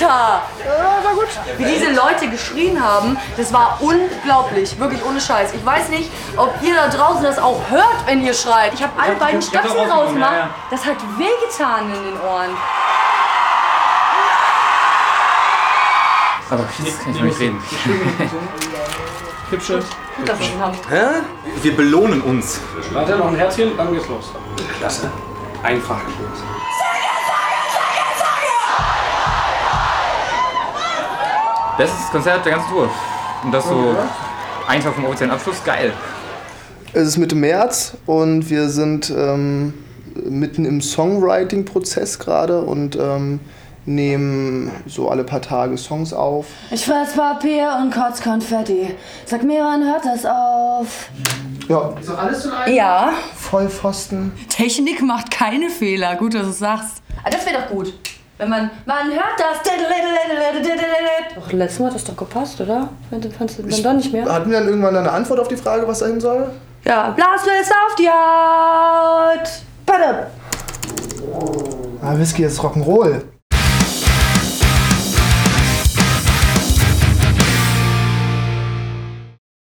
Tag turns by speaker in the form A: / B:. A: Ja! Wie diese Leute geschrien haben, das war unglaublich. Wirklich ohne Scheiß. Ich weiß nicht, ob ihr da draußen das auch hört, wenn ihr schreit. Ich habe alle
B: hab-
A: beiden
B: ich hab
A: Stöpsel
B: auch aufgenommen,
A: rausgemacht.
B: ja, ja.
A: Das hat wehgetan in den Ohren.
C: Aber jetzt kann ich nicht reden.
B: Hübsche.
A: Gut, dass wir ihn haben.
D: Hä? Wir belohnen uns.
B: Warte, noch ein Herzchen, dann geht's los.
D: Klasse. Einfach.
C: Das ist das Konzert der ganzen Tour. Und das so einen Tag vom offiziellen Abschluss, geil.
E: Es ist Mitte März und wir sind ähm, mitten im Songwriting-Prozess gerade und ähm, nehmen so alle paar Tage Songs auf.
F: Ich fress Papier und kotz Konfetti. Sag mir, wann hört das auf?
E: Ja,
A: Ja.
E: Vollpfosten.
A: Technik macht keine Fehler. Gut, dass du es sagst. Ah, das wäre doch gut. Wenn man, man hört das.
F: Doch, letztes Mal hat das doch gepasst, oder? Fandest du dann doch nicht mehr?
E: Hatten wir dann irgendwann eine Antwort auf die Frage, was dahin soll?
A: Ja, blasen wir es auf die Haut.
E: Ah, Whisky ist Rock'n'Roll.